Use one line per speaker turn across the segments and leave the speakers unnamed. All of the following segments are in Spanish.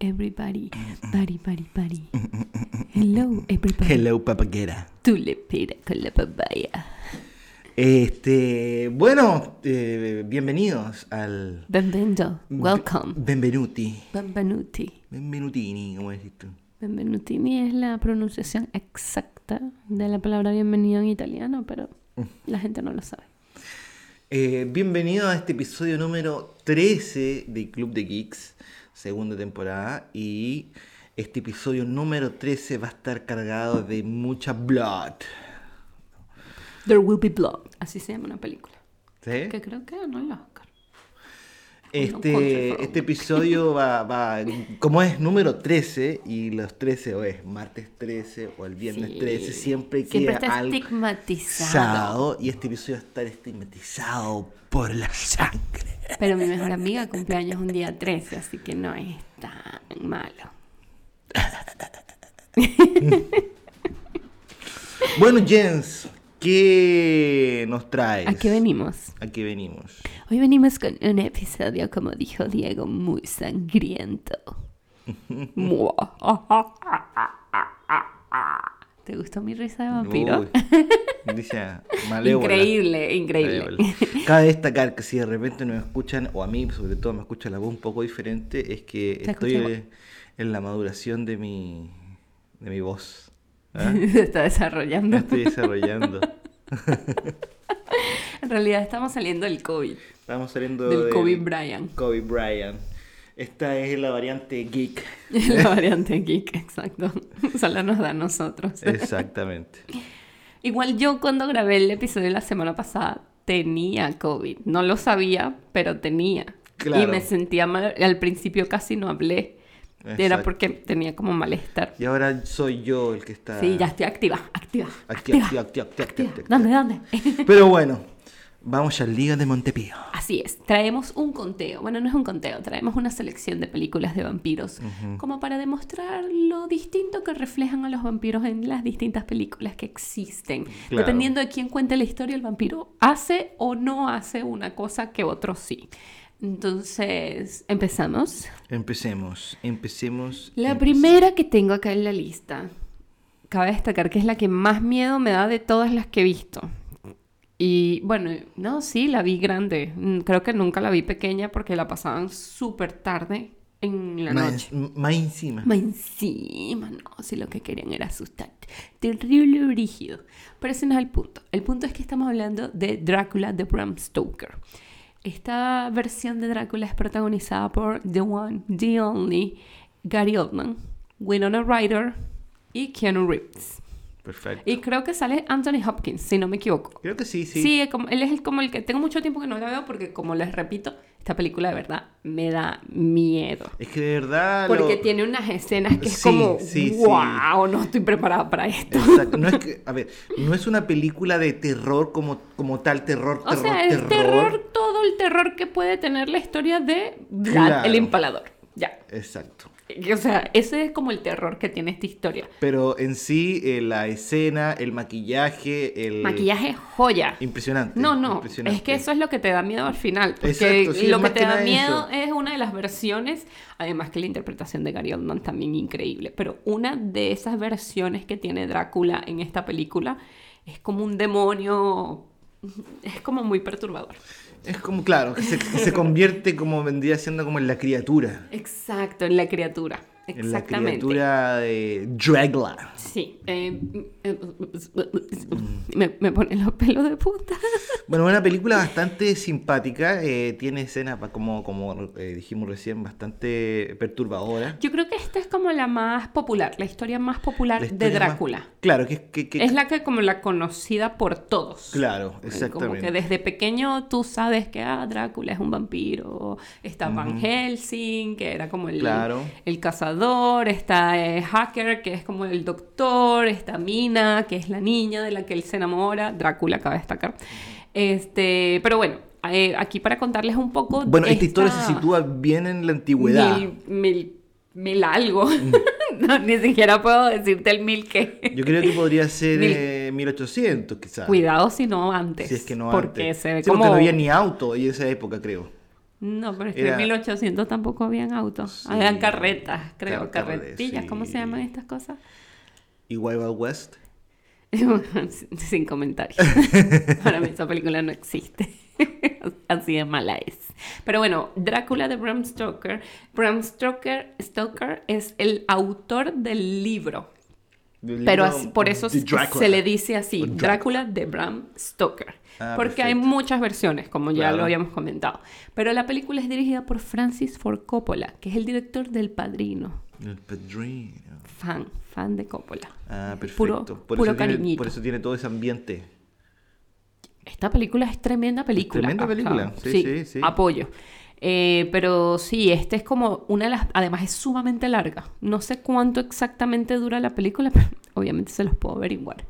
everybody. Buddy, buddy, buddy. Hello, everybody.
Hello, papaguera.
Tú le pera con la papaya.
Este, bueno, eh, bienvenidos al...
Benvendo. Welcome.
Benvenuti.
Benvenuti.
Benvenutini, como decís tú.
Benvenutini es la pronunciación exacta de la palabra bienvenido en italiano, pero la gente no lo sabe.
Eh, bienvenido a este episodio número 13 de Club de Geeks, segunda temporada. Y este episodio número 13 va a estar cargado de mucha blood.
There will be blood. Así se llama una película.
¿Sí?
Que creo que ganó el Oscar.
Este, este episodio va, va- como es número 13, y los 13 o es martes 13 o el viernes
Sí.
13, siempre
Siempre
queda
está
algo
estigmatizado.
estigmatizado, Y este episodio va a estar estigmatizado por la sangre.
Pero mi mejor amiga cumpleaños un día 13, así que no es tan malo.
Bueno, Jens, ¿qué nos traes?
¿A qué venimos?
¿A qué venimos?
Hoy venimos con un episodio, como dijo Diego, muy sangriento. ¿Te gustó mi risa de vampiro?
Uy, dice malévola.
Increíble, increíble.
Malévola. Cabe destacar que si de repente nos escuchan, o a mí sobre todo me escucha la voz un poco diferente, es que
Te
estoy
escuchamos.
en, en la maduración de mi, de mi voz. ¿ah?
Se está
La
desarrollando.
estoy desarrollando.
En realidad estamos saliendo del COVID,
Estamos saliendo
del
de
COVID Brian.
Kobe Bryant. Esta es la variante geek.
La variante geek, exacto. Solo nos da a nosotros.
Exactamente.
Igual yo cuando grabé el episodio la semana pasada tenía COVID. No lo sabía, pero tenía. Y
Claro.
me sentía mal. Al principio casi no hablé. Era
Exacto.
porque tenía como malestar.
Y ahora soy yo el que está.
Sí, ya estoy activa, activa. activa,
Activa, Ah. activa, activa, activa,
activa.
activa.
¿Dónde, dónde?
Pero bueno, vamos al Liga de Montepío.
Así es, traemos un conteo. Bueno, no es un conteo, traemos una selección de películas de vampiros, como para demostrar lo distinto que reflejan a los vampiros en las distintas películas que existen.
Claro.
Dependiendo de quién cuente la historia, el vampiro hace o no hace una cosa que otro sí. Entonces, empezamos.
Empecemos, empecemos.
La
empecemos.
primera que tengo acá en la lista, cabe destacar que es la que más miedo me da de todas las que he visto. Y bueno, no, sí, la vi grande. Mm, Creo que nunca la vi pequeña porque la pasaban súper tarde en la
Más,
noche.
más encima.
Más encima, no, si lo que querían era asustar. Terrible brígido. Pero ese no es el punto. El punto es que estamos hablando de Drácula de Bram Stoker. Esta versión de Drácula es protagonizada por The One, The Only, Gary Oldman, Winona Ryder y Keanu Reeves.
Perfecto.
Y creo que sale Anthony Hopkins, si no me equivoco.
Creo que sí, sí.
Sí, es como- él es el- como el que tengo mucho tiempo que no la veo porque, como les repito, esta película de verdad me da miedo.
Es que de verdad. lo-
Porque tiene unas escenas que es
Sí,
como,
sí, sí.
wow, no estoy preparada para esto.
Exacto. No es que, a ver, no es una película de terror como, como tal, terror,
O
terror,
sea, es terror, todo el terror que puede tener la historia de Vlad
Claro.
el Impalador. Ya.
Exacto.
O sea, ese es como el terror que tiene esta historia.
Pero en sí, eh, la escena, el maquillaje, el.
Maquillaje joya.
Impresionante.
No, no,
impresionante.
es que eso es lo que te da miedo al final. Porque
Exacto, sí,
lo
es
que
más
te
que
da
nada
miedo
eso.
es una de las versiones, además que la interpretación de Gary Oldman también increíble, pero una de esas versiones que tiene Drácula en esta película es como un demonio, es como muy perturbador.
Es como, claro, que se, que se convierte como vendría siendo como en la criatura.
Exacto, en la criatura.
En la
Exactamente.
criatura de Dragla.
Sí. eh, eh, me, me ponen los pelos de punta.
Bueno, una película bastante simpática, eh, tiene escenas, pa- como, como eh, dijimos recién, bastante perturbadoras.
Yo creo que esta es como la más popular, la historia más
La
popular de
historia más-
Drácula.
Claro, que, que, que-
Es la que como la conocida por todos.
Claro,
Como que
exactamente.
desde pequeño tú sabes que ah, Drácula es un vampiro, está Van Helsing, que era como el,
Claro.
el cazador, está eh, Hacker, que es como el doctor, está Mina, que es la niña de la que él se enamora, Drácula acaba de destacar. Este, pero bueno, eh, aquí para contarles un poco...
Bueno, esta historia se sitúa bien en la antigüedad.
Mil, mil, mil algo. No, ni siquiera puedo decirte el mil que...
Yo creo que podría ser
Mil.
eh, 1800, quizás.
Cuidado si no antes.
Si es que no
Porque
antes.
se ve
Sí,
como...
porque no había ni auto en esa época, creo.
No, pero es que
Era-
en 1800 tampoco habían autos.
Sí.
Habían carretas, creo,
Car- carre-
carretillas, ¿cómo se
sí.
llaman estas cosas?
Y Wild Wild West.
Sin- Sin comentarios. Para mí esa película no existe. Así de mala es. Pero bueno, Drácula de Bram Stoker. Bram Stoker, Stoker es el autor del libro.
Del
Pero
libro
así- por eso
de Drácula.
se le dice así,
O
Drácula, de Bram Stoker.
Ah,
porque hay
perfecto.
muchas versiones, como ya
Claro.
lo habíamos comentado. Pero la película es dirigida por Francis Ford Coppola, que es el director del Padrino.
El padrino.
Fan, fan de Coppola.
Ah, perfecto.
Puro-
por,
puro
eso tiene,
cariñito.
por eso tiene todo ese ambiente.
Esta película es tremenda película.
Tremenda
Ajá.
película, sí, sí, sí.
Apoyo. Eh, pero sí, esta es como una de las... Además es sumamente larga. No sé cuánto exactamente dura la película, pero obviamente se los puedo averiguar.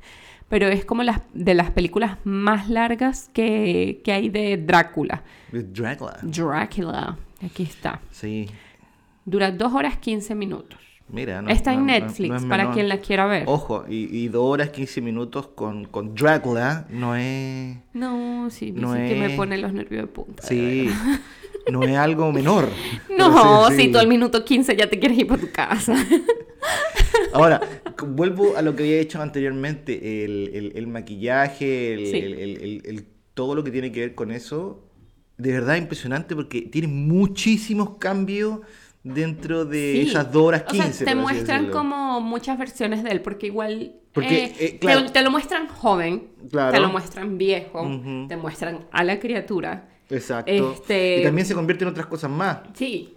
Pero es como las, de las películas más largas que, que hay de Drácula.
De Drácula.
Drácula, aquí está.
Sí.
Dura 2 horas 15 minutos.
Mira, no-
está en
no- no-
Netflix,
no es
para
menor.
quien la quiera ver.
Ojo, y, y dos horas 15 minutos con, con Drácula no es.
No, sí,
No
dicen que me
es-
pone los nervios de punta. de
Sí, no es algo menor.
No,
Pero sí, sí.
si tú al minuto 15 ya te quieres ir para tu casa.
Ahora, c- vuelvo a lo que había hecho anteriormente: el, el- el maquillaje, el-
Sí.
el- el- el- el- todo lo que tiene que ver con eso. De verdad impresionante porque tiene muchísimos cambios dentro de
Sí.
esas dos horas
O sea,
15.
te
por así
muestran
decirlo.
como muchas versiones de él, porque igual
Porque,
eh,
eh,
te-
claro.
te, lo muestran joven,
Claro.
te lo muestran viejo,
Ujú.
te muestran a la criatura.
Exacto.
Este-
Y también se convierte en otras cosas más.
Sí.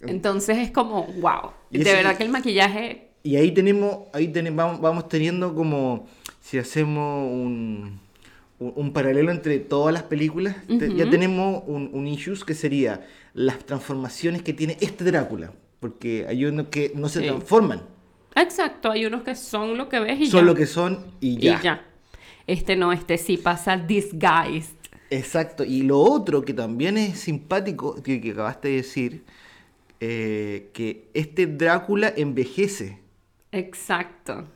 Entonces es como, wow.
Eh. Y
de
ese-
verdad que el maquillaje.
Y ahí tenemos, ahí tenemos, vamos, vamos teniendo como, si hacemos un, un, un paralelo entre todas las películas, te- ya tenemos un, un issues que sería las transformaciones que tiene este Drácula, porque hay unos que no se
Sí.
transforman,
Exacto, hay unos que son lo que ves y
son
ya.
lo que son y
Y
ya.
ya. Este no, este sí pasa disguised.
Exacto, y lo otro que también es simpático, que, que acabaste de decir, eh, que este Drácula envejece.
Exacto.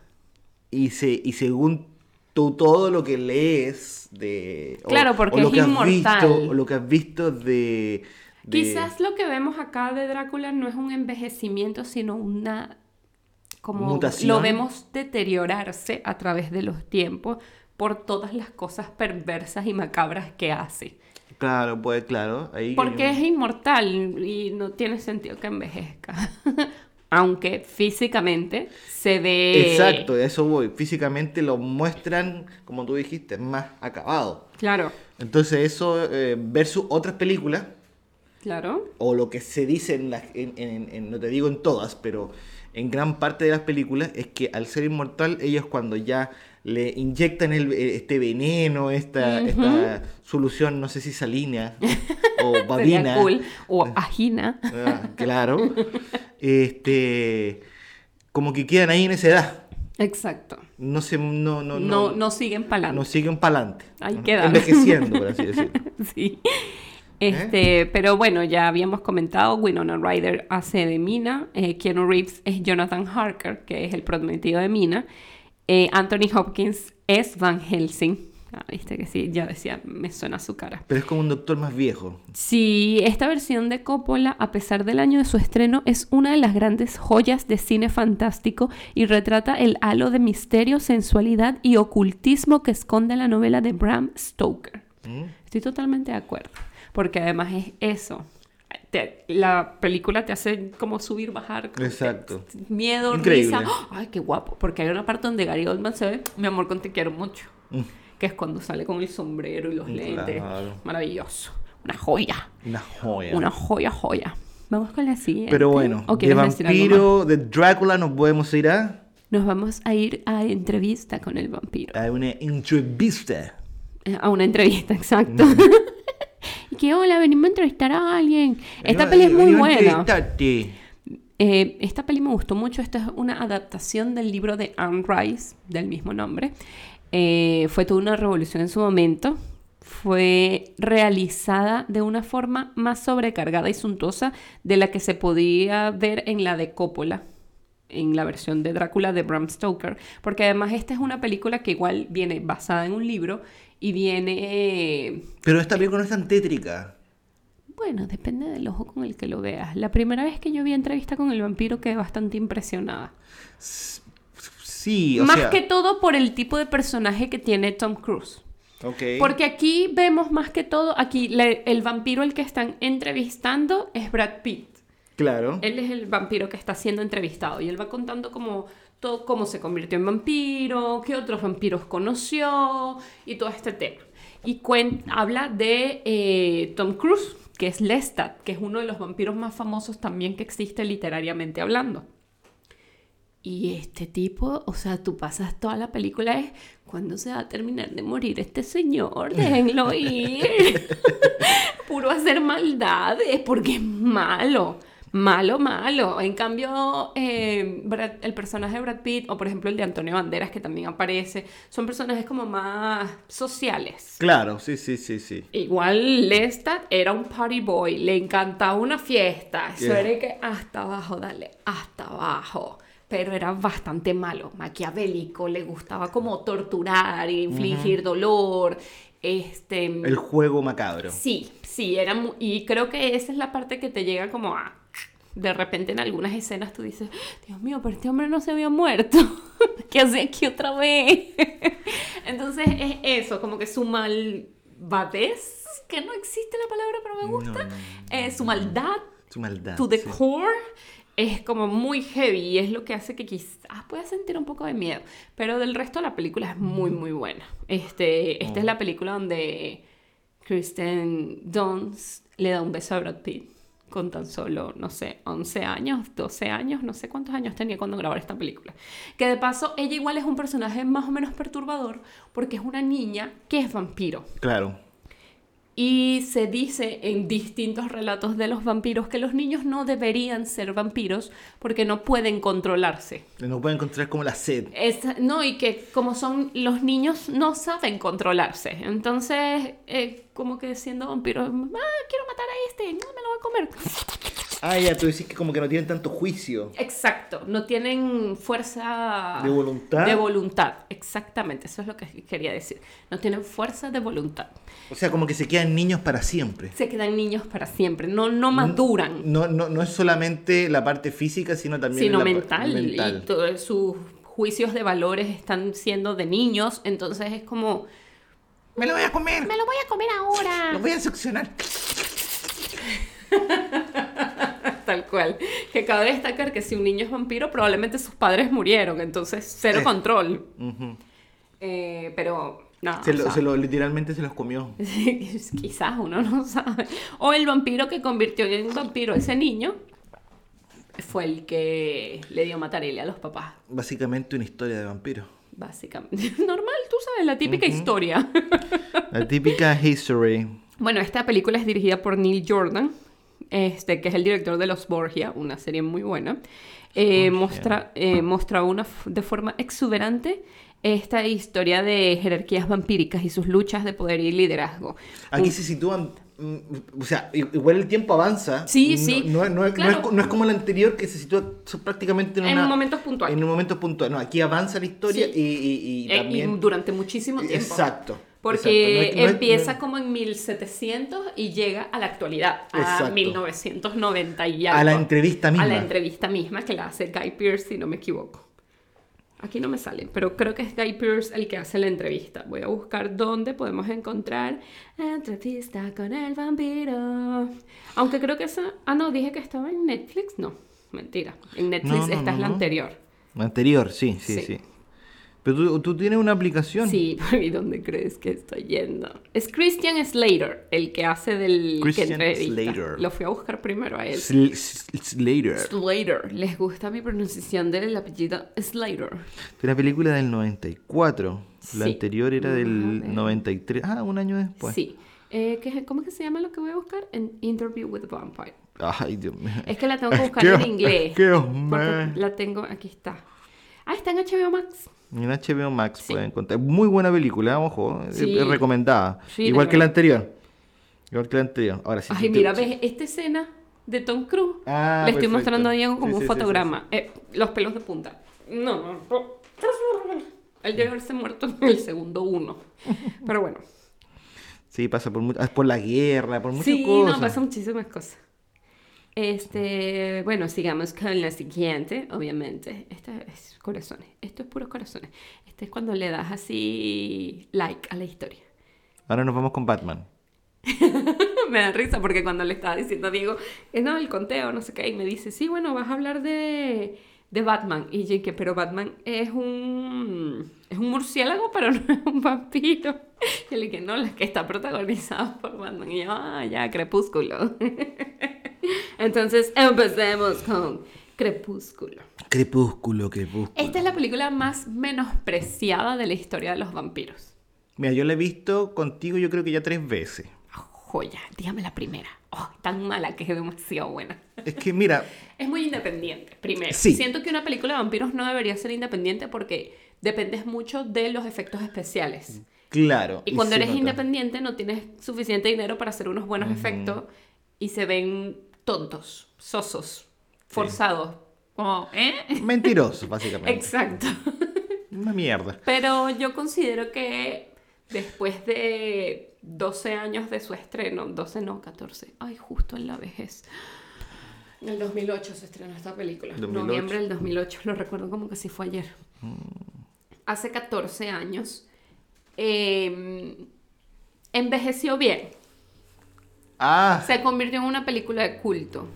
y, se, y según tú todo lo que lees de o-
Claro, porque
o lo
es
que has
inmortal.
visto, o lo que has visto de, de-
Quizás lo que vemos acá de Drácula no es un envejecimiento, sino una como
Mutación.
lo vemos deteriorarse a través de los tiempos por todas las cosas perversas y macabras que hace.
claro pues claro ahí
Porque es inmortal y no tiene sentido que envejezca. Aunque físicamente se ve
exacto a eso voy físicamente lo muestran como tú dijiste más acabado
Claro,
entonces eso eh, versus otras películas
claro.
o lo que se dice en, las- en- en- en- no te digo en todas, pero en gran parte de las películas es que al ser inmortal ellos cuando ya le inyectan el- eh, este veneno, esta, esta solución, no sé si salina o Eh.
Sería
babina,
cool. O agina.
ah, claro, este, como que quedan ahí en esa edad,
Exacto.
no se, no, no,
No,
no,
no, siguen palabras.
no siguen para adelante,
Ahí quedaron.
envejeciendo, por así decirlo.
Sí. Este, pero bueno, ya habíamos comentado, Winona Ryder hace de Mina, eh, Keanu Reeves es Jonathan Harker, que es el prometido de Mina, eh, Anthony Hopkins es Van Helsing, Ah, viste que sí, ya decía, me suena su cara.
Pero es como un doctor más viejo.
Sí, esta versión de Coppola, a pesar del año de su estreno, es una de las grandes joyas de cine fantástico y retrata el halo de misterio, sensualidad y ocultismo que esconde la novela de Bram Stoker. Estoy totalmente de acuerdo, porque además es eso. Te- la película te hace como subir, bajar. como que
Exacto.
t- Miedo,
Increíble.
risa. ¡Oh! Ay, qué guapo. Porque hay una parte donde Gary Oldman se ve, mi amor, con te quiero mucho. Que es cuando sale con el sombrero y los lentes.
Mm. Claro.
Maravilloso. Una joya.
Una joya.
Una joya, joya. Vamos con la siguiente.
Pero bueno,
¿O
de
quieres decir algo más?
vampiro, de Drácula, nos podemos ir a,
Nos vamos a ir a entrevista con el vampiro.
a una entrevista.
Eh, A una entrevista, exacto.
Mm.
y que, hola, venimos a entrevistar a alguien. Esta
Yo-
peli es
yo-
muy
yo
buena.
entrevistarte.
Eh, esta peli me gustó mucho. Esta es una adaptación del libro de Anne Rice, del mismo nombre. Eh, fue toda una revolución en su momento. Fue realizada de una forma más sobrecargada y suntuosa de la que se podía ver en la de Coppola, en la versión de Drácula de Bram Stoker. Porque además esta es una película que igual viene basada en un libro y viene... eh,
Pero esta película no es tan tétrica.
bueno, depende del ojo con el que lo veas. La primera vez que yo vi entrevista con el vampiro quedé bastante impresionada.
Sí, o
más
sea.
que todo por el tipo de personaje que tiene Tom Cruise.
Ok.
Porque aquí vemos más que todo, aquí le- el vampiro al que están entrevistando es Brad Pitt.
Claro.
Él es el vampiro que está siendo entrevistado y él va contando como todo cómo se convirtió en vampiro, qué otros vampiros conoció y todo este tema. Y cuen- habla de eh, Tom Cruise, que es Lestat, que es uno de los vampiros más famosos también que existe literariamente hablando. Y este tipo, o sea, tú pasas toda la película es ¿cuándo se va a terminar de morir este señor? Déjenlo ir. Puro hacer maldades porque es malo. Malo, malo. En cambio, eh, Brad- el personaje de Brad Pitt o por ejemplo el de Antonio Banderas que también aparece, son personajes como más sociales.
Claro, sí, sí, sí, sí.
Igual Lestat era un party boy, le encantaba una fiesta. Eso
Yeah.
era que hasta abajo, dale, hasta abajo. Pero era bastante malo, maquiavélico, le gustaba como torturar, infligir dolor. Este,
El juego macabro.
Sí, sí, era mu- y creo que esa es la parte que te llega como a... De repente en algunas escenas tú dices, Dios mío, pero este hombre no se había muerto. ¿Qué hace aquí otra vez? Entonces es eso, como que su malvadez, que no existe la palabra, pero me gusta,
No, no,
eh, su maldad,
Su maldad.
to the
sí.
core, es como muy heavy y es lo que hace que quizás puedas sentir un poco de miedo. Pero del resto la película es muy, muy buena. Este, esta es la película donde Kristen Dunst le da un beso a Brad Pitt con tan solo, no sé, 11 años, 12 años, no sé cuántos años tenía cuando grabar esta película. Que de paso, ella igual es un personaje más o menos perturbador porque es una niña que es vampiro.
Claro.
Y se dice en distintos relatos de los vampiros que los niños no deberían ser vampiros porque no pueden controlarse.
Nos pueden encontrar como la sed.
Es- no, y que como son los niños no saben controlarse. Entonces, eh, como que siendo vampiro, ah, quiero matar a este, no me lo voy a comer.
Ah, ya, tú decís que como que no tienen tanto juicio.
Exacto, no tienen fuerza
¿De voluntad?
De voluntad, exactamente, eso es lo que quería decir. No tienen fuerza de voluntad.
O sea, como que se quedan niños para siempre.
Se quedan niños para siempre, no, no maduran.
No, no, no es solamente la parte física, sino también
sino
la pa-
mental,
mental.
y todos sus juicios de valores están siendo de niños, entonces es como
Me lo voy a comer.
me lo voy a comer
Lo
ahora,
voy a succionar.
tal cual. Que cabe destacar que si un niño es vampiro, probablemente sus padres murieron, entonces cero
Eh.
control.
Ujú.
Eh, pero nada.
se
o
lo,
sea,
se lo- literalmente se los comió.
quizás uno no sabe. O el vampiro que convirtió en vampiro a ese niño fue el que le dio matarile a los papás.
Básicamente una historia de vampiros.
Básicamente, normal, tú sabes, la típica historia.
La típica history.
Bueno, esta película es dirigida por Neil Jordan, este, que es el director de Los Borgia, una serie muy buena. Eh, muestra, eh, muestra una, f- de forma exuberante esta historia de jerarquías vampíricas y sus luchas de poder y liderazgo.
Aquí se sitúan. mm, O sea, i- igual el tiempo avanza.
Sí,
No-
sí.
No, es- no es- no
Claro.
es, co- no es como el anterior que se sitúa so- prácticamente en,
En
una-
momentos puntuales.
En un momento puntual. No, aquí avanza la historia
Sí.
y, y- y
Eh, y
también.
durante muchísimo tiempo.
Exacto.
Porque
exacto. No es- no es-
empieza
no-
como en 1700 y llega a la actualidad, a
Exacto.
1990 y algo.
A la entrevista misma.
A la entrevista misma que la hace Guy Pearce, si no me equivoco. Aquí no me sale, pero creo que es Guy Pearce el que hace la entrevista. Voy a buscar dónde podemos encontrar entrevista con el vampiro. Aunque creo que esa... Ah, no, dije que estaba en Netflix. No, mentira. En Netflix
No, no,
esta es
no,
la
no.
anterior.
Anterior, sí, sí,
Sí.
sí. Pero tú, tú tienes una aplicación.
Sí, ¿y dónde crees que estoy yendo? Es Christian Slater, el que hace del... que
Christian
entrevista.
Slater.
Lo fui a buscar primero a él.
Sl- sl- Slater.
Slater. ¿Les gusta mi pronunciación del apellido Slater?
Fue una película del 94. La
Sí.
anterior era
Más o menos.
del 93. Ah, un año después.
Sí. Eh, ¿qué es- ¿Cómo es que se llama lo que voy a buscar? En Interview with a Vampire.
Ay, Dios mío.
Es que la tengo que buscar
que-
en inglés.
es que, oh,
porque
man.
la tengo, aquí está. Ah, está en HBO Max.
En HBO Max
Sí.
pueden encontrar. Muy buena película, ¿eh? ojo. es-
Sí.
Es recomendada.
Sí, de
Igual que la
verdad.
anterior. Igual que la anterior. Ahora sí.
Ay,
tú-
mira, ves esta escena de Tom Cruise.
Ah,
Le estoy
perfecto.
mostrando a Diego como
Sí,
un
sí, sí,
fotograma. Eh, los pelos de punta. No, no, no. Él debe haberse muerto en el segundo uno. Pero bueno.
Sí, pasa por, mu- ah, por la guerra, por muchas
Sí,
cosas.
no, pasa muchísimas cosas. Este, bueno, sigamos con la siguiente, obviamente. Esta es corazones. Esto es puros corazones. Este es cuando le das así like a la historia.
Ahora nos vamos con Batman.
me da risa porque cuando le estaba diciendo a Diego, eh, no, el conteo, no sé qué, y me dice, sí, bueno, vas a hablar de, de Batman. Y yo que, pero Batman es un, es un murciélago, pero no es un vampiro. Y le dije, no, la que está protagonizada por Batman. Y yo, ah, ya, crepúsculo. Entonces, empecemos con crepúsculo.
Crepúsculo, crepúsculo.
Esta es la película más menospreciada de la historia de los vampiros.
Mira, yo la he visto contigo yo creo que ya tres veces.
Ah, Joya, dígame la primera. Oh, tan mala que es demasiado buena.
Es que mira,
Es muy independiente, primero.
Sí.
Siento que una película de vampiros no debería ser independiente porque dependes mucho de los efectos especiales.
claro.
Y cuando
se
eres
nota.
independiente no tienes suficiente dinero para hacer unos buenos efectos y se ven tontos, sosos, forzados. Como, ¿eh?
Mentiroso, básicamente.
Exacto.
Una mierda.
Pero yo considero que después de 12 años de su estreno, 12 no, 14, ay, justo en la vejez. En el 2008 se estrenó esta película.
2008.
Noviembre del 2008, lo recuerdo como que si fue ayer.
Mm.
Hace 14 años. eh, envejeció bien.
Ah,
Se convirtió en una película de culto.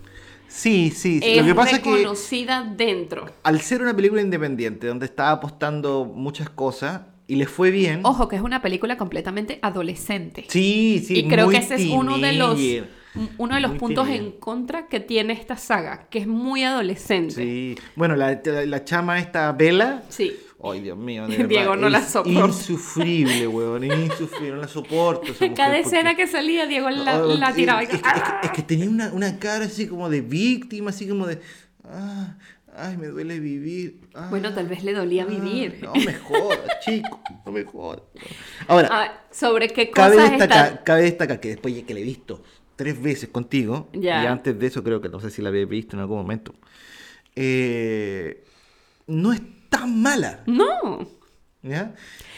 sí, sí.
Es
sí. Lo que pasa es que
reconocida dentro.
al ser una película independiente donde estaba apostando muchas cosas y le fue bien.
Ojo, que es una película completamente adolescente.
Sí, sí.
y creo
muy
que ese es uno de los
teenager.
uno de los
Muy
puntos
teenager.
en contra que tiene esta saga, que es muy adolescente.
Sí. Bueno, la, la- la chama esta vela.
Sí.
Ay, Dios mío, de verdad,
Diego no la
es
soporta.
Insufrible, weón. Insufrible, no la soporto. esa mujer,
Cada
porque-
escena que salía, Diego la,
Oh,
la
sí,
tiraba. y- "Ah".
Es, es- es- es que tenía una, una cara así como de víctima, así como de. "Ah, ay, me duele vivir. ah,
Bueno, tal vez le dolía
ah,
vivir.
No me jodas, chico, no me jodas. Ahora,
Ah, sobre qué
cabe,
cosas
destacar,
está.
cabe destacar que después ya que la he visto tres veces contigo,
Ya.
y antes de eso creo que no sé si la había visto en algún momento, eh, no es tan mala.
No.
¿ya?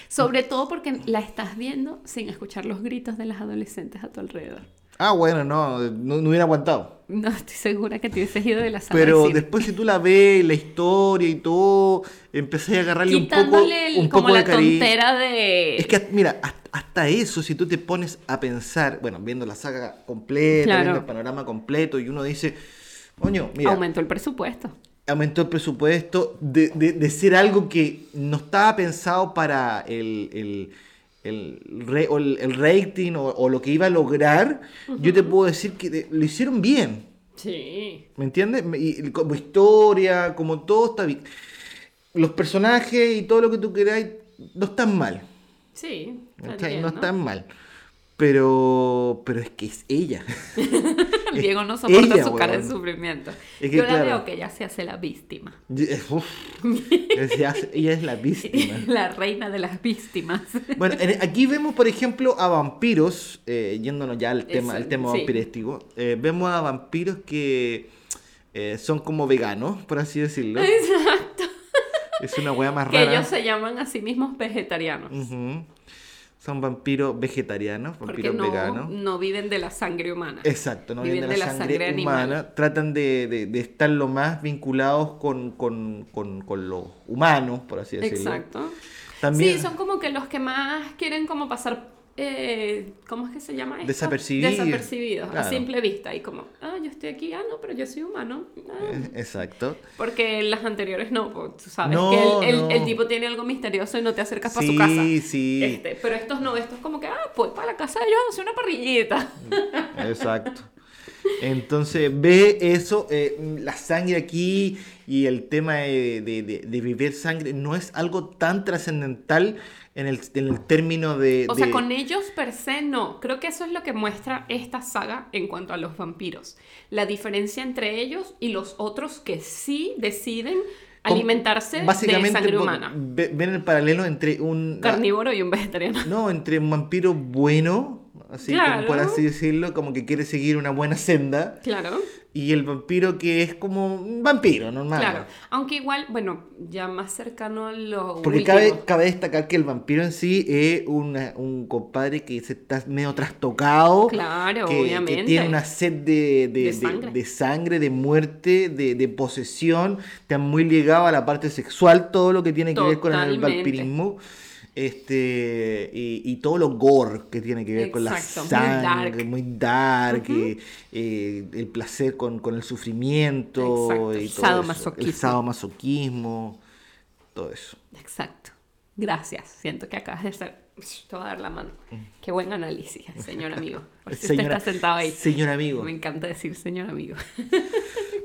Sobre todo porque la estás viendo sin escuchar los gritos de las adolescentes a tu alrededor.
Ah, bueno, no, no, no hubiera aguantado.
No estoy segura que te hubieses ido de la sala.
Pero
de cine.
después si tú la ves, la historia y todo, empecé a agarrarle un poco,
Quitándole el-
un
como
poco
la
de cariño.
tontera de.
Es que, hasta- mira, hasta- hasta eso, si tú te pones a pensar, bueno, viendo la saga completa,
Claro.
viendo el panorama completo, y uno dice, coño, mira,
Aumentó el presupuesto.
aumentó el presupuesto de, de- de ser algo que no estaba pensado para el, el, el re- o el- el rating o, o lo que iba a lograr, yo te puedo decir que de- lo hicieron bien.
Sí.
¿Me entiendes? Me- Y, y como historia, como todo está bien. Los personajes y todo lo que tú queráis no están mal.
Sí. está
¿cachai?
bien,
No
¿no?
están mal. Pero, pero es que es ella.
Diego no soporta
ella,
su cara de
weón.
sufrimiento.
que,
Yo la
claro.
veo que ella se hace la víctima.
Uf. Ella es- ella es la víctima.
la reina de las víctimas.
Bueno, en- aquí vemos, por ejemplo, a vampiros, eh, yéndonos ya al tema,
Eso,
al tema
sí.
vampirístico, eh, vemos a vampiros que eh, son como veganos, por así decirlo.
Exacto.
Es una wea más
Que
rara.
ellos se llaman a sí mismos vegetarianos.
Ujú. Son vampiros vegetarianos,
Porque
vampiros
no,
veganos.
no viven de la sangre humana.
Exacto, no
Viven
vienen de
de
la,
la
sangre,
sangre
humana.
animal.
Tratan de, de- de estar lo más vinculados con, con, con, con los humanos, por así decirlo.
Exacto.
También
Sí, son como que los que más quieren como pasar... eh, ¿Cómo es que se llama esto?
Desapercibidos.
Desapercibidos,
Claro.
a simple vista. Y como, ah, yo estoy aquí, ah, no, pero yo soy humano. Ah,
Eh, Exacto.
Porque en las anteriores no, pues, tú sabes
No,
que el, el-
no.
el tipo tiene algo misterioso y no te acercas para
Sí,
su casa.
sí.
Este, pero estos no, estos como que, ah, pues para la casa de ellos hacer una parrillita.
Exacto. Entonces ve eso, eh, la sangre aquí y el tema de, de- de- de vivir sangre no es algo tan trascendental en el, en el término de...
O sea,
de-
con ellos per se no. Creo que eso es lo que muestra esta saga en cuanto a los vampiros. La diferencia entre ellos y los otros que sí deciden
con-
alimentarse de
básicamente
sangre
por-
humana.
ve- ven el paralelo entre un... ah,
Carnívoro y un vegetariano.
No, entre un vampiro bueno así
Claro.
como por así decirlo, como que quiere seguir una buena senda.
Claro.
Y el vampiro que es como un vampiro normal.
Claro, aunque igual, bueno, ya más cercano a lo
Porque
último.
cabe, cabe destacar que el vampiro en sí es una- un compadre que se está medio trastocado.
Claro,
que, que
obviamente.
tiene una sed de, de-
De
de-
sangre.
de sangre, de muerte, de, de posesión. Está muy ligado a la parte sexual, todo lo que tiene que ver con el
Totalmente.
vampirismo. Este, y, y todo lo gore que tiene que ver con la
Exacto, muy
sangre,
dark.
muy dark, eh, eh, el placer con, con el sufrimiento,
Exacto, el
y todo eso,
sadomasoquismo.
el sadomasoquismo, todo eso.
Exacto. Gracias. Siento que acabas de ser. Te voy a dar la mano. Qué buen análisis, señor amigo. Por si usted
Mm. Señora-
está sentado ahí.
señor amigo.
Me encanta decir señor amigo.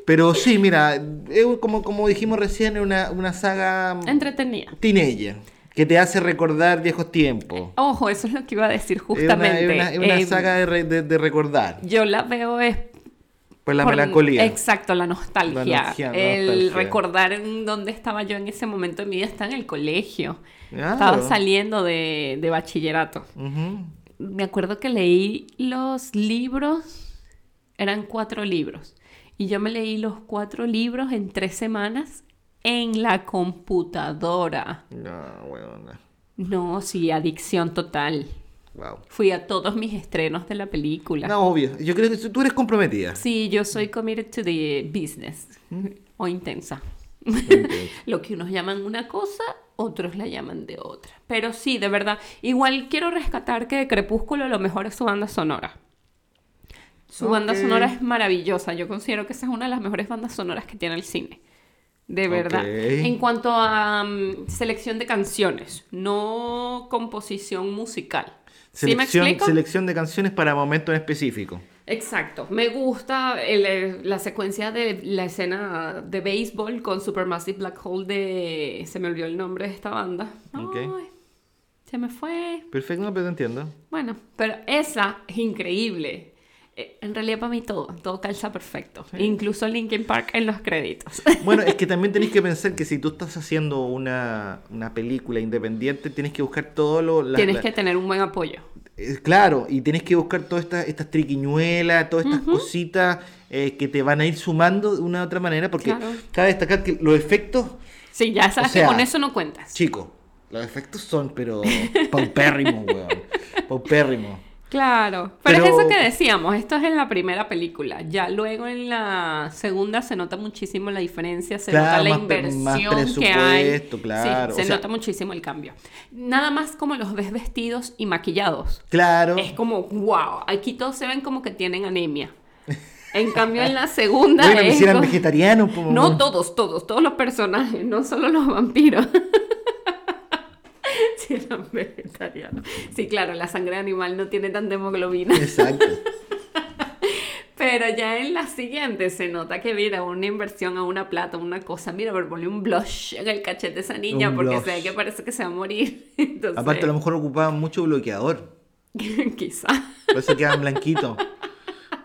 Pero sí, mira, es un- como, como dijimos recién, es una, una saga
Entretenida.
teenager que te hace recordar viejos tiempos.
Ojo, eso es lo que iba a decir
Es una-
justamente.
Es una, es una
Eh,
saga de, re- de- de recordar,
Yo la veo es
por la
por-
melancolía.
Exacto, la nostalgia.
La nostalgia, la
el
nostalgia.
recordar en dónde estaba yo en ese momento de mi vida. Estaba en el colegio.
Claro.
Estaba saliendo de, de bachillerato.
Ujú.
Me acuerdo que leí los libros, eran cuatro libros. Y yo me leí los cuatro libros en tres semanas en la computadora.
No, huevona.
No, sí, adicción total.
Wow.
Fui a todos mis estrenos de la película.
No, obvio. Yo creo que tú eres comprometida.
Sí, yo soy committed to the business o intensa. Lo que unos llaman una cosa, otros la llaman de otra. Pero sí, de verdad. Igual quiero rescatar que Crepúsculo a lo mejor es su banda sonora. Su banda
Ok.
sonora es maravillosa. Yo considero que esa es una de las mejores bandas sonoras que tiene el cine. De verdad.
Ok.
En cuanto a mm, selección de canciones, no composición musical. ¿Sí me
Selección,
explico?
selección de canciones para momentos específicos.
Exacto. Me gusta el- eh, la secuencia de la escena de béisbol con Supermassive Black Hole de... Se me olvidó el nombre de esta banda.
Ok.
Ay, se me fue.
Perfecto, no, pero te entiendo.
Bueno, pero esa es increíble. Eh, En realidad para mí todo, todo calza perfecto. Incluso Linkin Park en los créditos.
Bueno, es que también tenés que pensar que si tú estás haciendo una, una película independiente, tienes que buscar todo lo... la-
Tienes
la-
que tener un buen apoyo.
Eh, Claro, y tienes que buscar todas estas estas triquiñuelas, todas estas cositas eh, que te van a ir sumando de una u otra manera, porque
Claro.
cabe destacar que los efectos,
Sí, ya sabes
O sea,
que con eso no cuentas.
chicos, los efectos son, pero paupérrimos, weón. Paupérrimos.
Claro, pero, es
Pero-
eso que decíamos, esto es en la primera película, ya luego en la segunda se nota muchísimo la diferencia, se nota
Claro,
la
más pre-
inversión
más
que hay,
presupuesto, claro,
Sí, se
o sea-
nota muchísimo el cambio. Nada más como los ves vestidos y maquillados,
Claro.
es como wow, aquí todos se ven como que tienen anemia. En cambio en la segunda
Bueno, que
es
si eran
como-
vegetarianos, po,
no
weón.
todos, todos, todos los personajes, no solo los vampiros. si eran vegetarianos. Sí, claro, la sangre animal no tiene tanta hemoglobina.
Exacto.
Pero ya en la siguiente se nota que, mira, una inversión a una plata, una cosa, mira, pero ponle un blush en el cachete a esa niña
Un
porque
blush.
se ve que parece que se va a morir. Entonces,
Aparte, a lo mejor ocupaban mucho bloqueador,
quizá.
por eso quedaban blanquitos.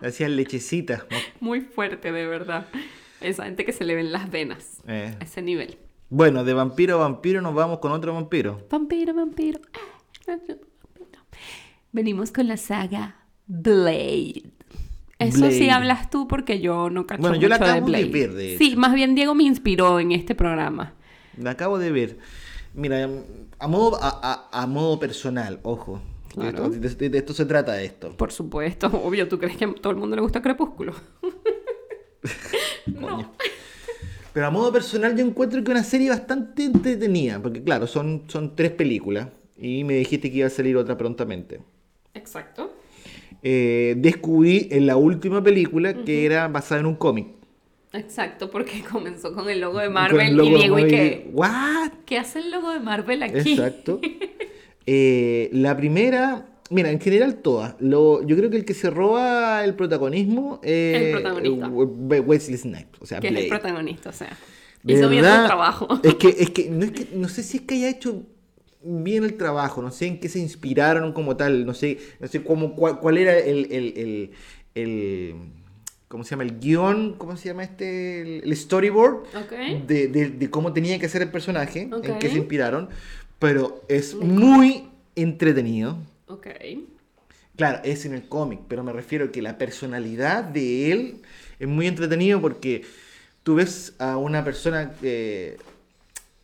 Le Hacían lechecitas. ¿no?
Muy fuerte, de verdad. Esa gente que se le ven las venas.
Eh,
A ese nivel.
Bueno, de vampiro a vampiro nos vamos con otro vampiro.
Vampiro, vampiro. ah, vampiro. Venimos con la saga Blade. Eso sí
Blade.
hablas tú porque yo no cacho
Bueno, yo la
mucho
acabo de
Blade.
ver, de
sí,
hecho.
más bien Diego me inspiró en este programa.
La acabo de ver. Mira, a modo, a, a- a modo personal, ojo. De
Claro.
esto- De, de- de esto se trata esto.
Por supuesto, obvio, ¿tú crees que a todo el mundo le gusta Crepúsculo?
Coño. Pero a modo personal yo encuentro que una serie bastante entretenida. Porque claro, son, son tres películas. Y me dijiste que iba a salir otra prontamente.
Exacto.
Eh, descubrí en la última película que era basada en un cómic.
Exacto, porque comenzó con el logo de
Con
Marvel
el logo
y Diego y
muy-
que...
¿What?
¿Qué hace el logo de Marvel aquí?
Exacto. Eh, la primera, mira, en general todas. Lo, yo creo que el que se roba el protagonismo es eh,
El protagonista.
Wesley Snipes. O sea,
Que es el
Blade.
protagonista, o sea.
De
hizo bien su
verdad,
trabajo.
Es que, es que, no es que no sé si es que haya hecho bien el trabajo, no sé en qué se inspiraron como tal, no sé, no sé cómo, cuál, cuál era el, el, el- el- ¿cómo se llama? El guión, ¿cómo se llama este? El, el storyboard
Ok.
de, de- de cómo tenía que ser el personaje, en qué
Ok.
se inspiraron, pero es muy entretenido.
Ok.
Claro, es en el cómic, pero me refiero que la personalidad de él es muy entretenido porque tú ves a una persona eh,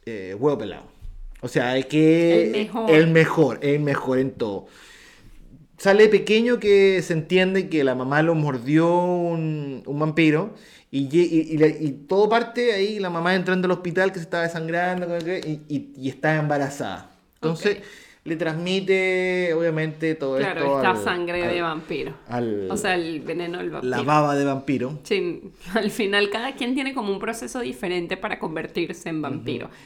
eh, huevo pelado. O sea, es que
El mejor.
el mejor, el mejor en todo. Sale pequeño que se entiende que la mamá lo mordió un, un vampiro y, lle- y- y la- y todo parte ahí, la mamá entrando al hospital que se estaba desangrando y, y- y está embarazada. Entonces
Ok.
le transmite, obviamente, todo esto
Claro, esta
al-
sangre
al-
de vampiro.
al-
o sea, el veneno del vampiro.
la baba de vampiro.
Sí, al final cada quien tiene como un proceso diferente para convertirse en vampiro.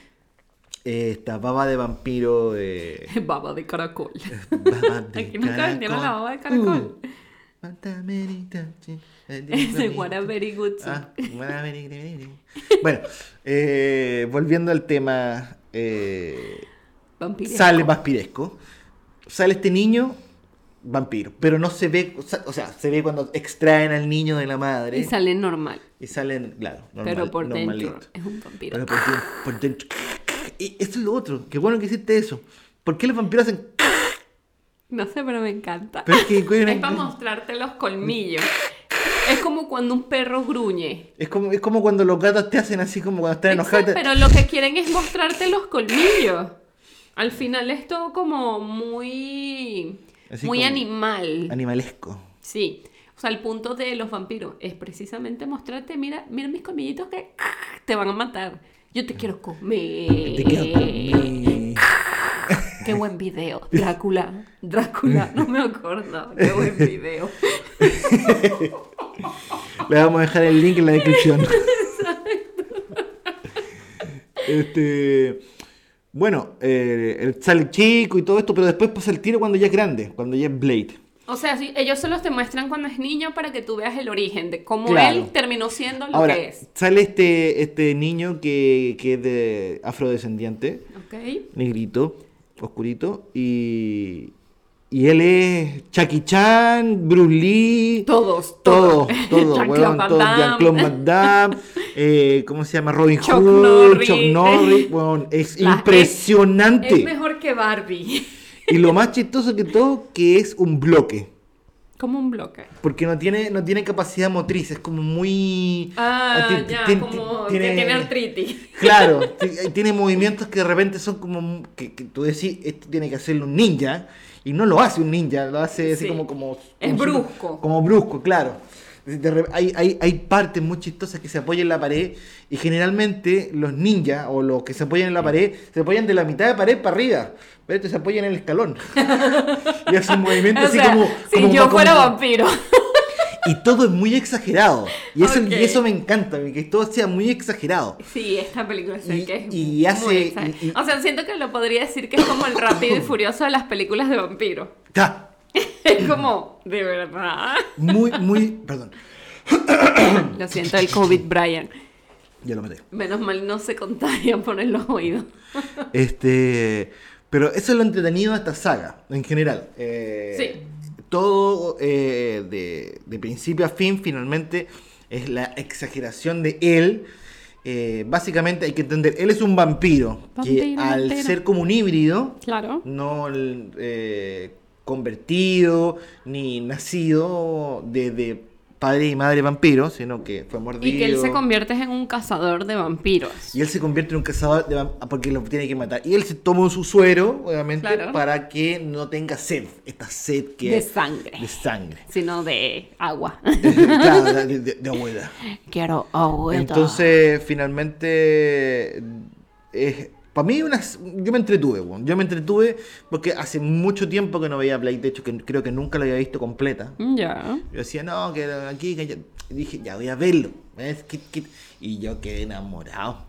Eh, esta baba de vampiro de...
Baba de caracol.
Baba de Uh,
Aquí nunca vendieron la baba de caracol. Ese what a very good soup.
Ah, what a very good- bueno, eh, volviendo al tema... eh,
Vampiro.
sale vampiresco. Sale este niño vampiro, pero no se ve, o sea, se ve cuando extraen al niño de la madre
Y
y,
sale normal,
salen, claro, normal,
pero por dentro
normalito.
es un vampiro.
Pero por dentro, por dentro. Y eso es lo otro, qué bueno que hiciste eso. ¿Por qué los vampiros hacen
No sé, pero me encanta.
Pero es que, güey,
es para mostrarte los colmillos. Es como cuando un perro gruñe.
Es como, es como cuando los gatos te hacen así como cuando están enojados.
Exacto,
y te-
pero lo que quieren es mostrarte los colmillos. Al final es todo como muy...
Así
muy
como-
animal.
Animalesco.
Sí. O sea, el punto de los vampiros es precisamente mostrarte, mira, mira mis colmillitos que ah, te van a matar. Yo te quiero comer.
Te quedas dormido.
Qué buen video. Drácula. Drácula. No me acuerdo. Qué buen video.
Le vamos a dejar el link en la descripción. este, bueno, eh, el- sale el chico y todo esto, pero después pasa el tiro cuando ya es grande, cuando ya es Blade.
O sea, sí, ellos se los te muestran cuando es niño para que tú veas el origen de cómo
Claro.
él terminó siendo lo
Ahora,
que es.
sale este, este niño que, que es de afrodescendiente,
¿Ok?
negrito, oscurito, y, y él es Chucky Chan, Bruce Lee.
Todos,
Todo,
todos.
todo,
Jean-Claude
weón,
Van
todo.
Damme.
Jean-Claude Van Damme, eh, ¿cómo se llama? Robin
Chuck
Hood,
Norris.
Chuck Norris, weón, es
La-
impresionante.
Es mejor que Barbie.
Y lo más chistoso que todo, que es un bloque.
Como un bloque.
Porque no tiene, no tiene capacidad motriz, es como muy...
Ah,
ti-
ya,
ti- ti-
como que tiene artritis.
Claro, ti- eh, tiene movimientos que de repente son como... mu- Que, que tú decís, esto tiene que hacerlo un ninja. Y no lo hace un ninja, lo hace así
Sí.
como... como
Es
como-
brusco.
Como brusco, claro. De re- hay, hay, hay partes muy chistosas que se apoyan en la pared y generalmente los ninjas o los que se apoyan en la pared se apoyan de la mitad de pared para arriba, pero estos se apoyan en el escalón. y hace un movimiento
O
así
sea,
como...
si
como-
yo
como-
fuera vampiro.
y todo es muy exagerado. Y eso, y
Ok.
eso me encanta, que todo sea muy exagerado.
Sí, esta película sé
Y-
que es
y
muy
hace-
exagerada.
y- y-
O sea, siento que lo podría decir que es como el rápido y furioso de las películas de vampiro.
Está
Es como, de verdad.
muy, muy. Perdón,
Lo siento, el COVID, Brian.
ya lo maté.
Menos mal no se contagian por los oídos.
Este. Pero eso es lo entretenido de esta saga, en general. Eh, Todo eh, de, de principio a fin, finalmente, es la exageración de él. Eh, básicamente hay que entender, él es un vampiro, que
Vampiro,
al
vampiro.
ser como un híbrido,
Claro.
no el, eh, convertido ni nacido de, de padre y madre vampiro, sino que fue mordido.
Y que él se convierte en un cazador de vampiros.
Y él se convierte en un cazador de vamp- porque lo tiene que matar. Y él se toma su suero, obviamente,
Claro.
para que no tenga sed. Esta sed que
De
es
sangre.
de sangre.
Sino de agua.
claro, de, de- de abuela.
Quiero agua.
Entonces, finalmente, para mí, una, yo me entretuve, weón. yo me entretuve porque hace mucho tiempo que no veía Blade, de hecho, que creo que nunca la había visto completa.
Mm, Ya.
Yo decía, no, que aquí, que allá". Y dije, ya voy a verlo. ¿ves? Kit, kit. Y yo quedé enamorado.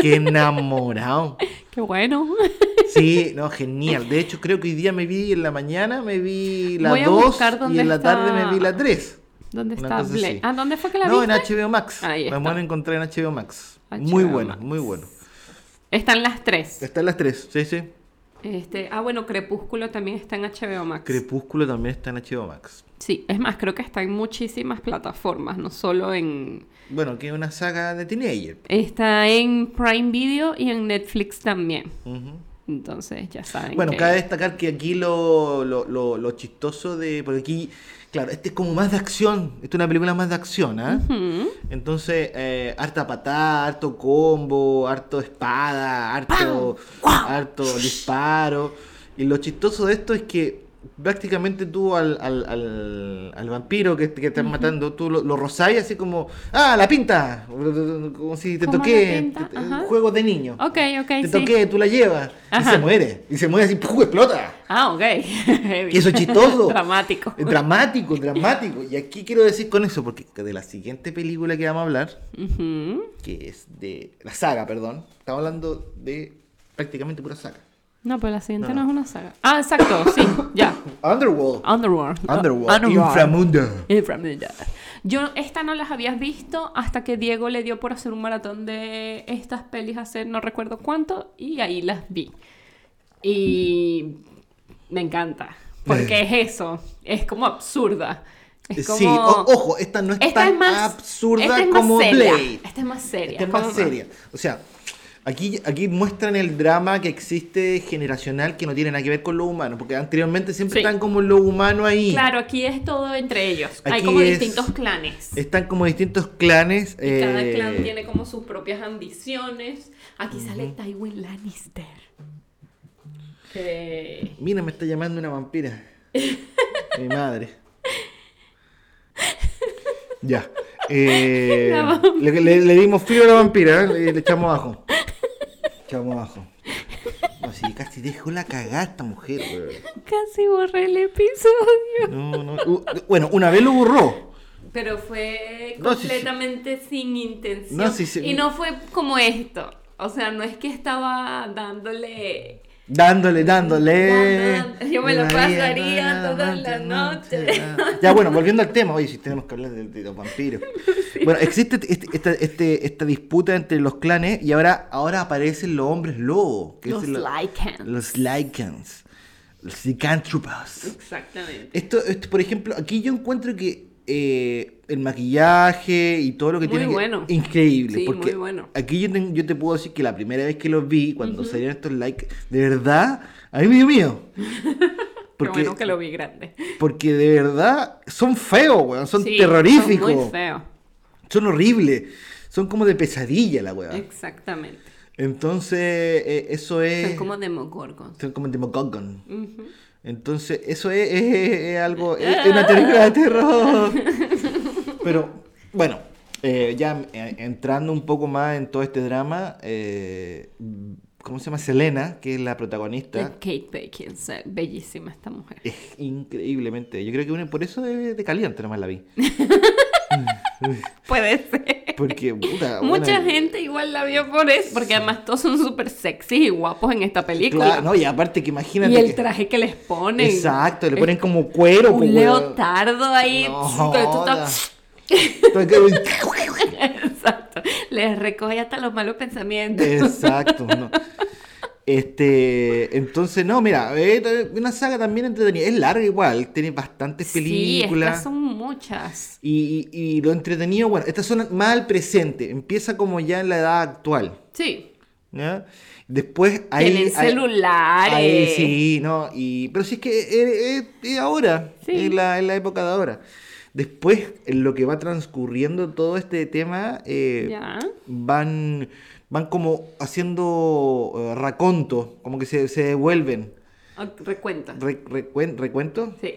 quedé enamorado.
Qué bueno.
Sí, no, genial. De hecho, creo que hoy día me vi en la mañana, me vi la
Voy a
2
buscar
y
dónde
en la
está-
tarde me vi la 3.
¿Dónde
Una
está
cosa
Blade?
así.
Ah, ¿dónde fue que la
No, en
viste?
HBO Max.
Ahí
Me
está.
van a encontrar en HBO Max.
HBO
muy bueno,
Max.
muy bueno.
Están las tres.
Están las 3, sí, sí.
Este, ah, bueno, Crepúsculo también está en HBO Max.
Crepúsculo también está en HBO Max.
sí, es más, creo que está en muchísimas plataformas, no solo en...
Bueno, que es una saga de teenager.
Está en Prime Video y en Netflix también.
Ujú.
Entonces, ya saben.
Bueno,
que-
cabe destacar que aquí lo, lo, lo- lo chistoso de. Porque aquí, claro, este es como más de acción. Esta es una película más de acción, ¿ah?
Ujú.
Entonces, eh, harta patada, harto combo, harto espada, harto, harto disparo. Y lo chistoso de esto es que prácticamente tú al, al, al, al vampiro que, que están matando, tú lo, lo rozás y así como, ¡ah, la pinta! Como si te
Como la
toqué.
pinta,
Un
ajá.
juego de niño.
Ok, ok,
Te
sí.
toqué, tú la llevas.
Ajá.
Y se muere. Y se muere así, ¡puf! explota.
Ah, ok.
Y eso es chistoso.
Dramático.
Eh, Dramático, dramático. Y aquí quiero decir con eso, porque de la siguiente película que vamos a hablar,
Ujú.
que es de la saga, perdón. Estamos hablando de prácticamente pura saga.
No, pero la siguiente
No,
no,
no.
es una saga. Ah, exacto, sí, ya.
Underworld.
Underworld.
Underworld.
Underworld.
Inframundo.
Inframundo. Yo esta no las habías visto hasta que Diego le dio por hacer un maratón de estas pelis hace no recuerdo cuánto y ahí las vi. Y me encanta, porque es eso, es como absurda. Es como...
Sí, o- ojo, esta no es
Esta
tan
es más
absurda
esta es más
como
seria.
Blade.
Esta es más seria.
Esta es
como
más seria. O sea, aquí, aquí muestran el drama que existe generacional que no tiene nada que ver con lo humano, porque anteriormente siempre
Sí.
están como lo humano ahí.
Claro, aquí es todo entre ellos. Hay
Aquí
como
es-
distintos clanes.
Están como distintos clanes.
Y Cada
eh,
clan tiene como sus propias ambiciones. Aquí sale Tywin Lannister. Que-
Mira, me está llamando una vampira. Mi madre. Ya. Eh,
La
le, le- le dimos frío a la vampira, ¿eh? le, le echamos abajo. Echamos abajo. No, sí, casi dejó la cagada esta mujer. weón.
Casi borré el episodio.
No, no. u- bueno, una vez lo borró.
Pero fue
No, sí, sí.
completamente sin intención.
No, sí, sí.
Y no fue como esto. O sea, no es que estaba dándole.
Dándole, dándole.
Dándole, yo me lo pasaría toda la noche.
Ya, bueno, volviendo al tema, oye, si tenemos que hablar de, de los vampiros. Bueno, existe este- esta, este- esta disputa entre los clanes y ahora, ahora aparecen los hombres lobo. que
Los
es lo-
lycans.
Los lycans. Los licántropos.
Exactamente.
Esto, esto, por ejemplo, aquí yo encuentro que eh, el maquillaje y todo lo que
Muy
tiene que-
bueno.
increíble.
Sí,
porque
muy bueno.
Aquí yo, ten- yo te puedo decir que la primera vez que los vi, cuando salieron estos likes, de verdad, a mí me dio miedo.
Pero
Porque,
bueno que lo vi grande.
porque de verdad son feos, weón. Son
Sí,
terroríficos.
Son
Son,
muy feo.
horribles. Son como de pesadilla la weá.
Exactamente.
Entonces, eh, eso es.
Eh. Son como demogorgons.
son como Demogorgon.
Ujú. Ah.
Entonces, eso es, es- es- es algo. Es, es una película de terror. Pero, bueno, eh, ya eh, entrando un poco más en todo este drama, eh, ¿cómo se llama? Selena, que es la
De
protagonista.
Kate Beckinsale. Bellísima esta mujer.
Es increíblemente. Yo creo que una- por eso de, de caliente nomás la vi.
Puede ser.
Porque, puta,
Mucha
bueno,
gente igual la vio por eso, porque además todos son súper sexy y guapos en esta película.
Claro, no, y aparte que imagínate.
y el
que-
traje que les ponen.
Exacto, le ponen como cuero. pues,
Un
weón.
leotardo ahí.
No,
Entonces tú estás-
joda.
Exacto. Les recoge hasta los malos pensamientos.
Exacto, no. Este, entonces, no, mira, eh, una saga también entretenida. Es larga igual, tiene bastantes
Sí,
películas.
estas son muchas.
y, y- y lo entretenido, bueno, estas son más al presente. Empieza como ya en la edad actual.
Sí.
¿ya? Después ahí.
Tienen
ahí-
celulares.
ahí sí, no. Y, pero si es que es, es- es ahora,
Sí.
es la, es la época de ahora. Después, en lo que va transcurriendo todo este tema, eh,
Ya.
van, van como haciendo eh, raconto, como que se, se devuelven.
Ah, Recuenta.
Re- recuen- ¿Recuento?
Sí.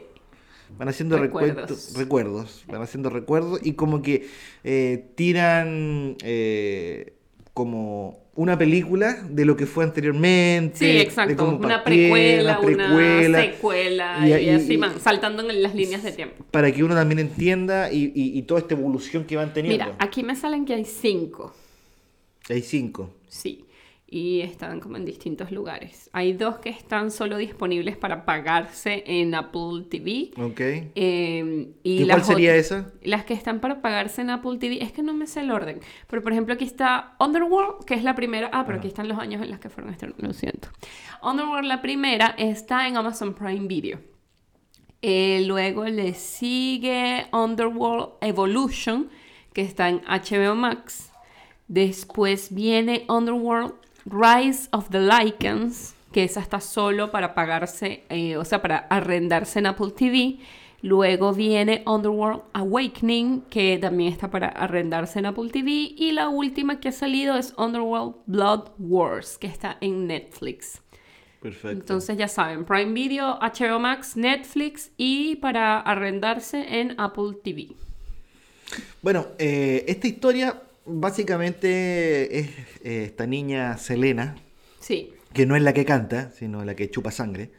Van haciendo recuentos.
Recuerdos.
Recuerdos. Van haciendo recuerdos y como que eh, tiran eh, como una película de lo que fue anteriormente.
Sí,
de
exacto.
cómo
Una
partieron,
precuela,
la
una
precuela,
secuela
Y
y,
ahí-
así van, saltando en las líneas de tiempo.
Para que uno también entienda y, y- y toda esta evolución que van teniendo.
Mira, aquí me salen que hay cinco.
Hay cinco.
Sí, y están como en distintos lugares. Hay dos que están solo disponibles para pagarse en Apple TV.
¿Ok?
eh, y
¿Y cuál
las
sería
ot-
esa?
Las que están para pagarse en Apple TV, es que no me sé el orden. Pero por ejemplo, aquí está Underworld, que es la primera. Ah, pero aquí están los años en los que fueron estrenados, lo siento. Underworld, la primera, está en Amazon Prime Video. Eh, luego le sigue Underworld Evolution, que está en HBO Max. Después viene Underworld Rise of the Lycans, que esa está solo para pagarse, eh, o sea, para arrendarse en Apple TV. Luego viene Underworld Awakening, que también está para arrendarse en Apple TV. Y la última que ha salido es Underworld Blood Wars, que está en Netflix.
Perfecto.
Entonces ya saben, Prime Video, HBO Max, Netflix y para arrendarse en Apple TV.
Bueno, eh, esta historia básicamente es eh, esta niña Selena,
Sí.
que no es la que canta, sino la que chupa sangre.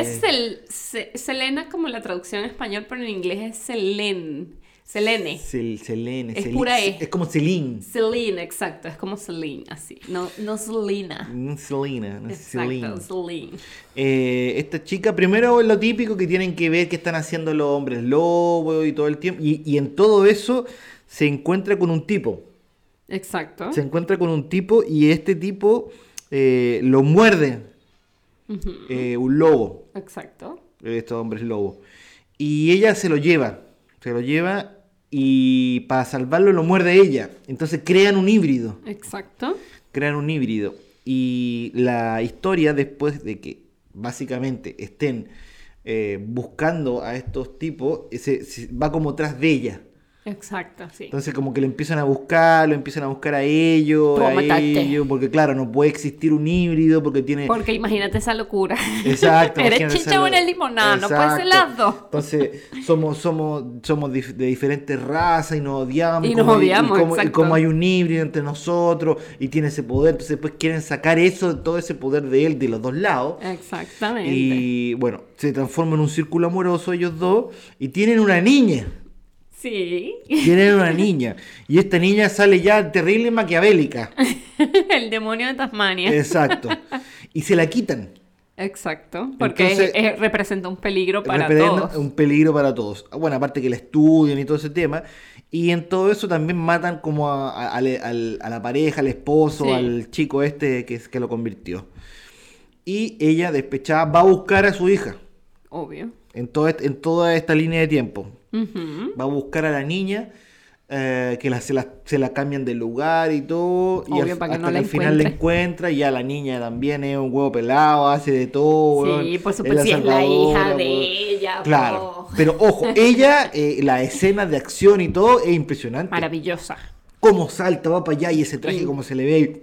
Es el, Se- Selena como la traducción en español, pero en inglés es Selen. Selene.
Eh, Sel- Selene,
Es
Selin-
pura E.
Es como Celine.
Selena, exacto. Es como Selena, así. No, no Selena.
Mm, Selena, no es Celine.
Exacto, Selena.
Eh, esta chica, primero es lo típico que tienen que ver que están haciendo los hombres lobo y todo el tiempo. Y, y en todo eso se encuentra con un tipo.
Exacto.
Se encuentra con un tipo y este tipo eh, lo muerde. Eh, un lobo.
Exacto.
eh, Estos hombres lobo. Y ella se lo lleva. Se lo lleva y para salvarlo lo muerde ella. Entonces crean un híbrido.
Exacto.
crean un híbrido. Y la historia, después de que básicamente estén eh, buscando a estos tipos, eh, se, se- va como tras de ella.
Exacto, sí.
Entonces como que lo empiezan a buscar, lo empiezan a buscar a ellos,
Tú
a
mataste.
ellos, porque claro, no puede existir un híbrido porque tiene...
Porque imagínate esa locura.
Exacto.
Eres
imagínate
chicha o
hacerlo-
eres limonada, no puedes ser
Exacto.
las dos.
Entonces, somos, somos, somos dif- de diferentes razas y nos odiamos.
Y nos
como hay-
odiamos,
y como, y
exacto.
como hay un híbrido entre nosotros y tiene ese poder, entonces pues quieren sacar eso, todo ese poder de él de los dos lados.
Exactamente.
Y bueno, se transforman en un círculo amoroso ellos dos y tienen una niña.
Sí.
Tienen una niña. Y esta niña sale ya terrible maquiavélica.
El demonio de Tasmania.
Exacto. Y se la quitan.
Exacto. Porque
Entonces-
es- es- representa un peligro para
representa
todos.
un peligro para todos. Ah, Bueno, aparte que la estudian y todo ese tema. Y en todo eso también matan como a, a- al- al- a la pareja, al esposo,
Sí.
al chico este que, que lo convirtió. Y ella, despechada, va a buscar a su hija
Obvio.
en, todo este- en toda esta línea de tiempo.
Ujú.
Va a buscar a la niña, eh, que la- se, la, se la cambian de lugar y todo. y
Obvio, para que
hasta
no la
al final la
encuentre.
encuentra y ya la niña también es un huevo pelado, hace de todo.
Sí,
weón.
por supuesto, si es la
salvadora,
hija de
weón.
ella.
Claro,
po.
pero ojo, ella, eh, la escena de acción y todo es impresionante.
Maravillosa.
Cómo salta, va para allá y ese traje
Sí.
como se le ve. y-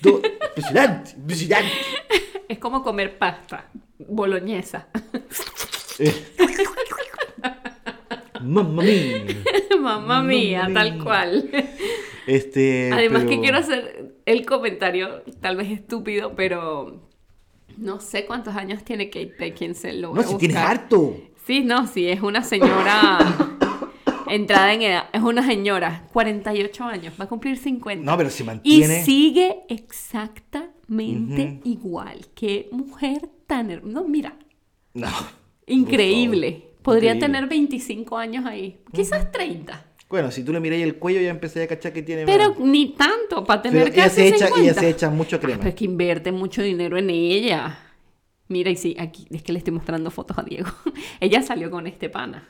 Todo- Impresionante, impresionante.
Es como comer pasta boloñesa.
Mamma mía.
Mamma mía,
Mamma
tal
mía.
cual.
Este,
Además
Eh, pero-
que quiero hacer el comentario, tal vez estúpido, pero no sé cuántos años tiene Kate Beckinsale. Lo voy
No,
a
si tienes
buscar.
harto.
Sí, no, sí, es una señora entrada en edad. Es una señora, 48 años, va a cumplir 50.
No, pero se
y
mantiene.
sigue exactamente
Ujú.
igual. Qué mujer tan her- No, mira,
No.
increíble. Podría
Increíble.
tener 25 años ahí, quizás 30.
Bueno, si tú le miráis el cuello ya empecé a cachar que tiene.
Pero ni tanto, para
Pero
tener
ella,
casi
se echa,
50.
ella se echa mucho
Ah,
crema.
pero es que invierte mucho dinero en ella. Mira, y sí, aquí es que le estoy mostrando fotos a Diego. ella salió con este pana.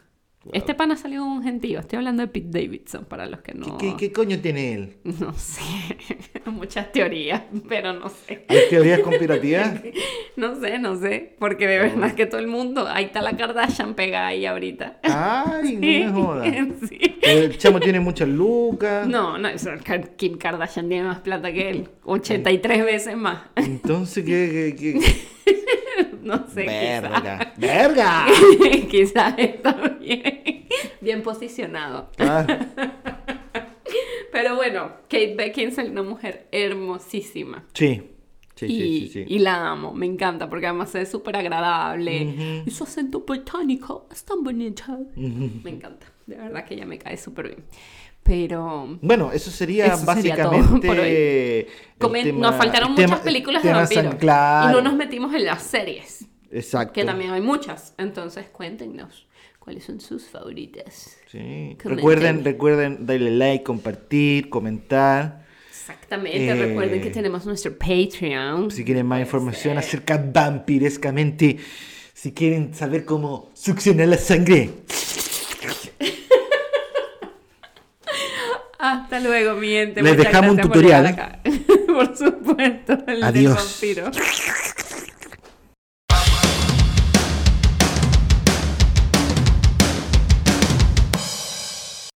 Este pana salió con un gentío. Estoy hablando de Pete Davidson, para los que no...
¿Qué- qué, qué coño tiene él?
No sé. Muchas teorías, pero no sé.
¿Hay teorías conspirativas?
No sé, no sé. Porque de verdad que todo el mundo... Ahí está la Kardashian pegada ahí ahorita.
Ay, no me jodas.
sí.
El chamo tiene muchas lucas.
No, no, eso- Kim Kardashian tiene más plata que él. 83 veces más.
Entonces, ¿qué? qué, qué?
No sé, quizás.
Verga. ¡Verga!
Quizás está bien, bien posicionado.
Claro.
Pero bueno, Kate Beckinsale, una mujer hermosísima.
Sí. Sí,
y,
sí, sí, sí.
y la amo, me encanta porque además es súper agradable.
Ujú.
Y su acento británico es tan bonito. Me encanta, de verdad que ella me cae súper bien. Pero
Bueno, eso sería
Eso sería todo por
básicamente.
hoy.
el
comen-
tema-
nos faltaron
el tema-
muchas películas de
tema san-
vampiros.
claro.
Y no nos metimos en las series,
Exacto.
que también hay muchas. Entonces cuéntenos cuáles son sus favoritas.
Sí.
Comenten.
Recuerden, recuerden darle like, compartir, comentar.
Exactamente,
Eh,
recuerden que tenemos nuestro Patreon.
Si quieren más
Puede
información
ser.
acerca vampirescamente, si quieren saber cómo succionar la sangre,
Hasta luego, mi gente.
Les
Muchas
dejamos un
gracias por llegar acá.
tutorial.
por supuesto, el
Adiós.
del vampiro.